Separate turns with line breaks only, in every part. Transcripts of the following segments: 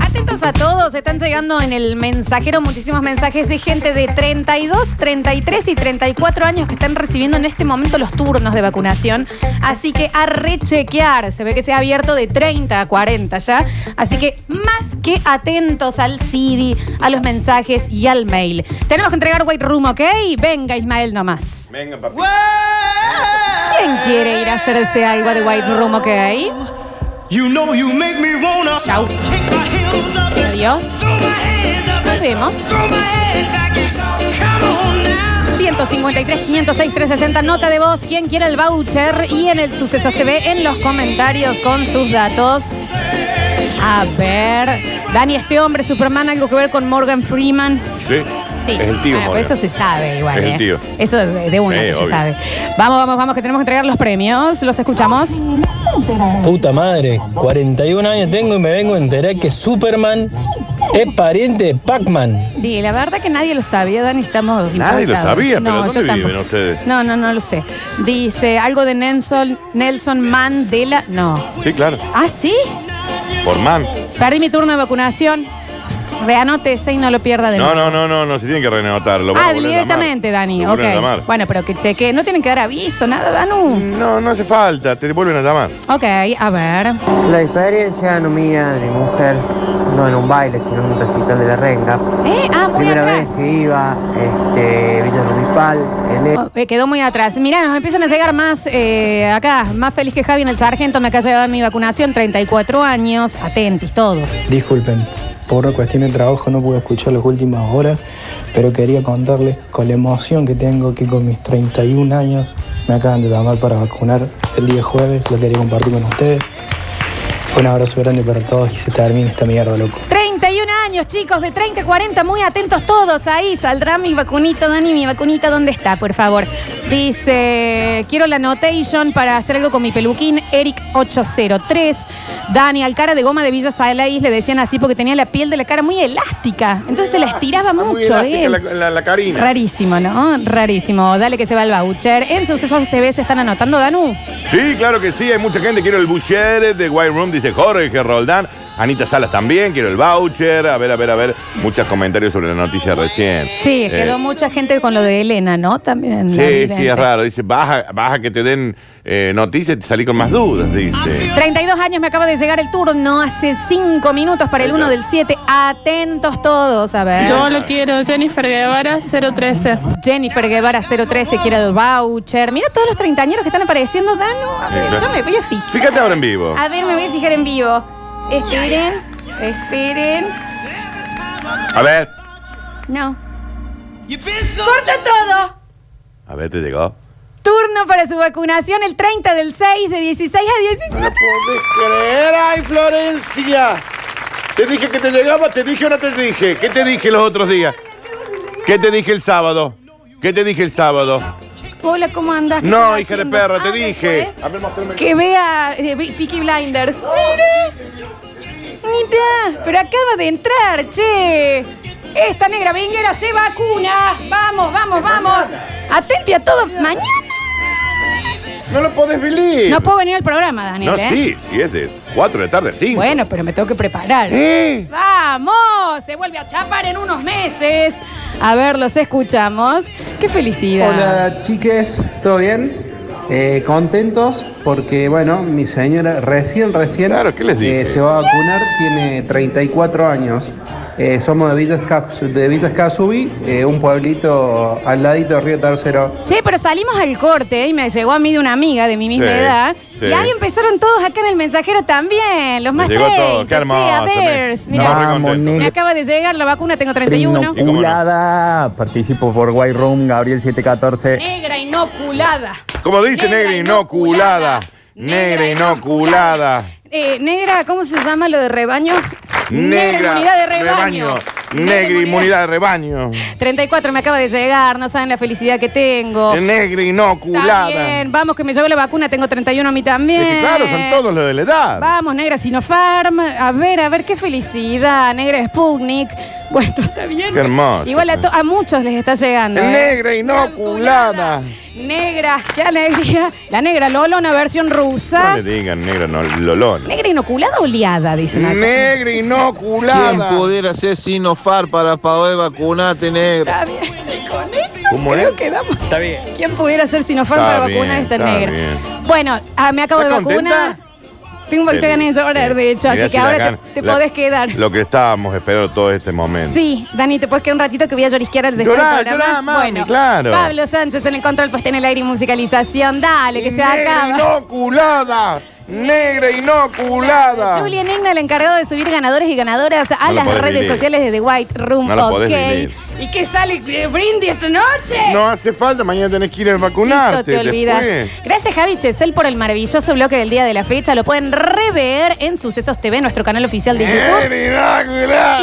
Atentos a todos, están llegando en el mensajero muchísimos mensajes de gente de 32, 33 y 34 años que están recibiendo en este momento los turnos de vacunación. Así que a rechequear, se ve que se ha abierto de 30 a 40 ya. Así que más que atentos al CD, a los mensajes y al mail. Tenemos que entregar White Room, ¿ok? Venga Ismael nomás.
Venga, papi.
¿Quién quiere ir a hacerse algo de White Room, ok?
You know you make me wanna
Chau.
kick my heels up and
Adiós.
throw my hands up
Nos
and
vemos.
throw my head back and come on now.
153, 506, 360, nota de voz, quien quiera el voucher y en el Sucesos TV en los comentarios con sus datos. A ver, Dani, este hombre, Superman, algo que ver con Morgan Freeman.
Sí.
Sí,
Es el tío.
Ah, pero
Morgan.
eso se sabe igual.
Es el
¿eh?
tío.
Eso de, de una
Sí,
que se
obvio.
sabe. Vamos, vamos, vamos, que tenemos que entregar los premios. Los escuchamos.
Puta madre, 41 años tengo y me vengo a enterar que Superman es pariente de Pac-Man.
Sí, la verdad que nadie lo sabía, Dani, estamos
Nadie lo
impactados.
sabía, pero
yo
¿dónde viven
tampoco.
ustedes?
No, no, no lo sé. Dice algo de Nelson, Nelson Mandela. No.
Sí, claro.
Ah, sí.
Por man.
Perdí mi turno de vacunación. Reanótese y no lo pierda de
No,
nuevo.
no, no, no, no, se tiene que renotar. Lo van a
ah,
volver a llamar.
directamente, Dani.
Lo
Ok.
vuelven a llamar.
Bueno, pero que cheque. No tienen que dar aviso, nada, Danu.
No, no hace falta, te vuelven a llamar.
Ok, a ver.
La experiencia no mía, de mi mujer, no en un baile, sino en un recital de la renga.
Eh, ah, muy
Primera
atrás.
vez que iba, este, Villa Rubipal, en el...
Oh, eh, quedó muy atrás. Mirá, nos empiezan a llegar más eh, acá. Más feliz que Javi en el sargento. Me acaba de llegar mi vacunación. 34 años. Atentis todos.
Disculpen, por una cuestión de trabajo no pude escuchar las últimas horas, pero quería contarles con la emoción que tengo que con mis 31 años me acaban de llamar para vacunar el día jueves, lo quería compartir con ustedes. Un abrazo grande para todos y se termina esta mierda, loco.
31 años, chicos, de 30 a 40, muy atentos todos ahí. Saldrá mi vacunita, Dani, mi vacunita, ¿dónde está, por favor? Dice, quiero la notation para hacer algo con mi peluquín, Eric 803. Dani, al cara de goma de Villa Salais le decían así porque tenía la piel de la cara muy elástica. Entonces se la estiraba
Ah, muy
mucho,
elástica
¿eh?
La, la, la carina.
Rarísimo, ¿no? Rarísimo. Dale que se va el voucher. En Sucesos TV se están anotando, Danu.
Sí, claro que sí, hay mucha gente. Quiero el Boucher de White Room, dice Jorge Roldán. Anita Salas también, quiero el voucher. A ver, a ver, a ver. Muchos comentarios sobre la noticia recién.
Sí,
Eh,
quedó mucha gente con lo de Elena, ¿no? También.
Sí,
evidente.
sí, es raro. Dice, baja, baja que te den eh, noticias y te salí con más dudas, dice.
32 años me acaba de llegar el turno hace 5 minutos para el 1 del 7. Atentos todos, a ver.
Yo lo quiero, Jennifer Guevara 013.
Jennifer Guevara 013 quiere el voucher. Mira todos los treintañeros que están apareciendo, Danu. A ver,
Sí, claro.
yo me voy a fijar.
Fíjate ahora en vivo.
A ver, me voy a fijar en vivo. Esperen, esperen.
A ver.
No.
You've been so
¡Corta todo!
A ver, te llegó.
Turno para su vacunación el 30 del 6 de 16 a 17.
podés creer, ay, Florencia. Te dije que te llegaba, te dije, ahora te dije. ¿Qué te dije los otros días? ¿Qué te dije el sábado? ¿Qué te dije el sábado?
Hola, ¿cómo andas? ¿Qué
No,
estás
hija de
haciendo?
perra, te
Ah,
dije.
después.
A ver, mostrame.
Que vea eh, Peaky Blinders. ¡Mira! ¡Mira! Pero acaba de entrar, che. Esta negra vinguera se vacuna. Vamos, vamos, vamos. Atente a todo. Mañana.
No lo podés vivir.
No puedo venir al programa, Daniel.
No,
¿eh?
sí, sí, es de 4 de la tarde, 5.
Bueno, pero me tengo que preparar.
¿Eh?
¡Vamos! Se vuelve a chapar en unos meses. A ver, los escuchamos. ¡Qué felicidad!
Hola chiques, ¿todo bien? Eh, contentos porque, bueno, mi señora recién, recién
Claro, ¿qué les dije?
eh, se va a vacunar, tiene 34 años. Eh, somos de Villa Esca- de Villa Escazubí, eh, un pueblito al ladito de Río Tercero.
Che, pero salimos al corte ¿eh? y me llegó a mí de una amiga de mi misma
Sí,
edad.
sí.
Y ahí empezaron todos acá en el mensajero también, los
Me
más
llegó todo,
30,
qué hermoso.
che, a
me-
ver,
No,
mirá,
re
Vamos,
contento.
me
nene.
acaba de llegar la vacuna, tengo 31.
¿Y cómo no?
Inoculada, participo por White Room, Gabriel 714.
Negra inoculada.
Como dice, negra inoculada. Negra inoculada.
Eh, negra, ¿cómo se llama lo de rebaño? Negra inmunidad de rebaño.
Negra inmunidad de rebaño.
34 me acaba de llegar, no saben la felicidad que tengo.
Negra
Oh. Está
inoculada.
bien, vamos que me llegó la vacuna, tengo 31 a mí también.
Es que claro, son todos los de la edad.
Vamos, negra Sinopharm. A ver, a ver, qué felicidad. Negra Sputnik. Bueno, está bien.
Qué hermoso. pues.
Igual a, to- a muchos les está llegando. ¿eh?
Negra inoculada.
Negra, qué alegría. La negra Lolona versión
No
rusa.
le digan negra, no, lolona.
Negra inoculada o liada, dicen acá.
Negra inoculada.
hacer sinofar para poder vacunarte, negro?
Está bien. Con eso
¿Cómo
creo
es?
que damos.
Está bien.
¿Quién pudiera ser Sinopharm
Está
para
bien,
vacunar a esta
está
negra?
bien.
Bueno, ah, me acabo de
¿Estás
vacunar. Tengo que te ganas de llorar, de hecho,
Mirá
así
si
que
la
ahora
gan-
te, te
la-
podés quedar.
Lo que estábamos esperando todo este momento.
Sí, Dani, te puedes quedar un ratito que voy a llorisquear al descanso.
Llorá,
del programa?
llorá, mami, claro.
Pablo Sánchez en el control, pues en el aire y musicalización. Dale, que se
negra
acaba.
inoculada. Negra inoculada.
Julian Igna, el encargado de subir ganadores y ganadoras a
No
las
la podés
redes
vivir.
sociales de The White Room.
No la
ok.
podés vivir.
¿Y qué sale eh, Brindy esta noche?
No hace falta, mañana tenés que ir a
Listo,
vacunarte.
te olvidas.
después.
Gracias, Javi Chesel, por el maravilloso bloque del día de la fecha. Lo pueden rever en Sucesos TV, nuestro canal oficial de YouTube.
Negra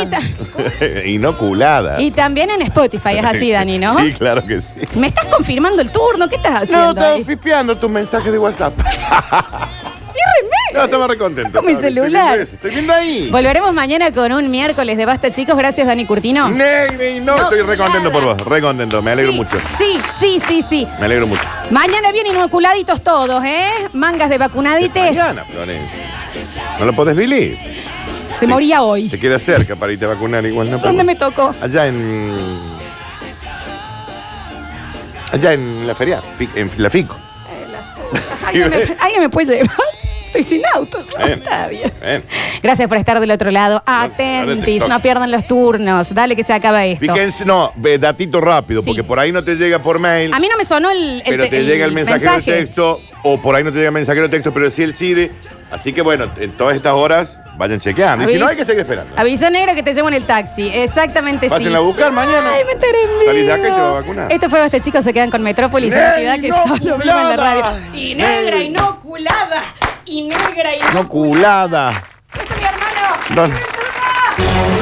Y
inoculada. inoculada.
Y también en Spotify, es así, Dani, ¿no?
Sí, claro que sí.
Me estás confirmando el turno, ¿qué estás
No,
haciendo?
estaba
ahí?
pipiando tus mensajes de WhatsApp.
Ciérreme.
No, estaba recontento.
Con mi
Estoy viendo
celular.
eso, Estoy viendo ahí.
Volveremos mañana con un miércoles de basta, chicos. Gracias, Dani Curtino.
Negra y no,
No,
estoy recontento por
nada.
vos, recontento, me alegro
Sí,
mucho,
Sí, sí, sí, sí.
me alegro mucho.
Mañana vienen inoculaditos todos, ¿eh? Mangas de vacunadites.
Mañana, Florencia. No lo podés vivir.
Se moría hoy.
Te queda cerca para irte a vacunar igual, ¿no?
¿Dónde me tocó?
Allá en. Allá en la feria, Fic- en la FICO.
Eh, la soga. ¿Alguien me, alguien me puede llevar? Estoy sin auto. yo.
Bien.
Está bien.
Bien.
Gracias por estar del otro lado. Atentis, no pierdan los turnos. Dale que se acaba esto.
Fíjense, no, ve, datito rápido,
Sí.
porque por ahí no te llega por mail,
A mí no me sonó el, el-
pero te llega el mensajero de texto, o por ahí no te llega el mensajero de texto, pero sí el CIDE. Así que bueno, en todas estas horas vayan chequeando. Y si no,
Avisa-
hay que seguir esperando.
Avisa negro que te llevo en el taxi. Exactamente sí.
Pásenla a buscar mañana.
Ay, me enteré en vivo.
Salís de acá y te vas a vacunar.
Esto fue este chicos se quedan con Metrópolis, una ciudad
Negra
que solo vive en la radio.
inoculada.
Y negra inoculada. Y negra inoculada.
Inoculada.
Esto es mi hermano.
¿Dónde?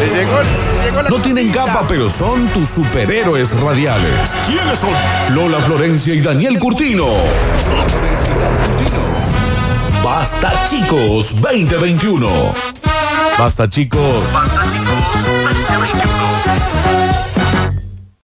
Le llegó, le llegó la
No tienen
cosita.
capa, pero son tus superhéroes radiales. ¿Quiénes son? Lola Florencia y Daniel Curtino. Lola Florencia y Daniel Curtino. Basta chicos 2021. Basta chicos. Basta chicos 2021.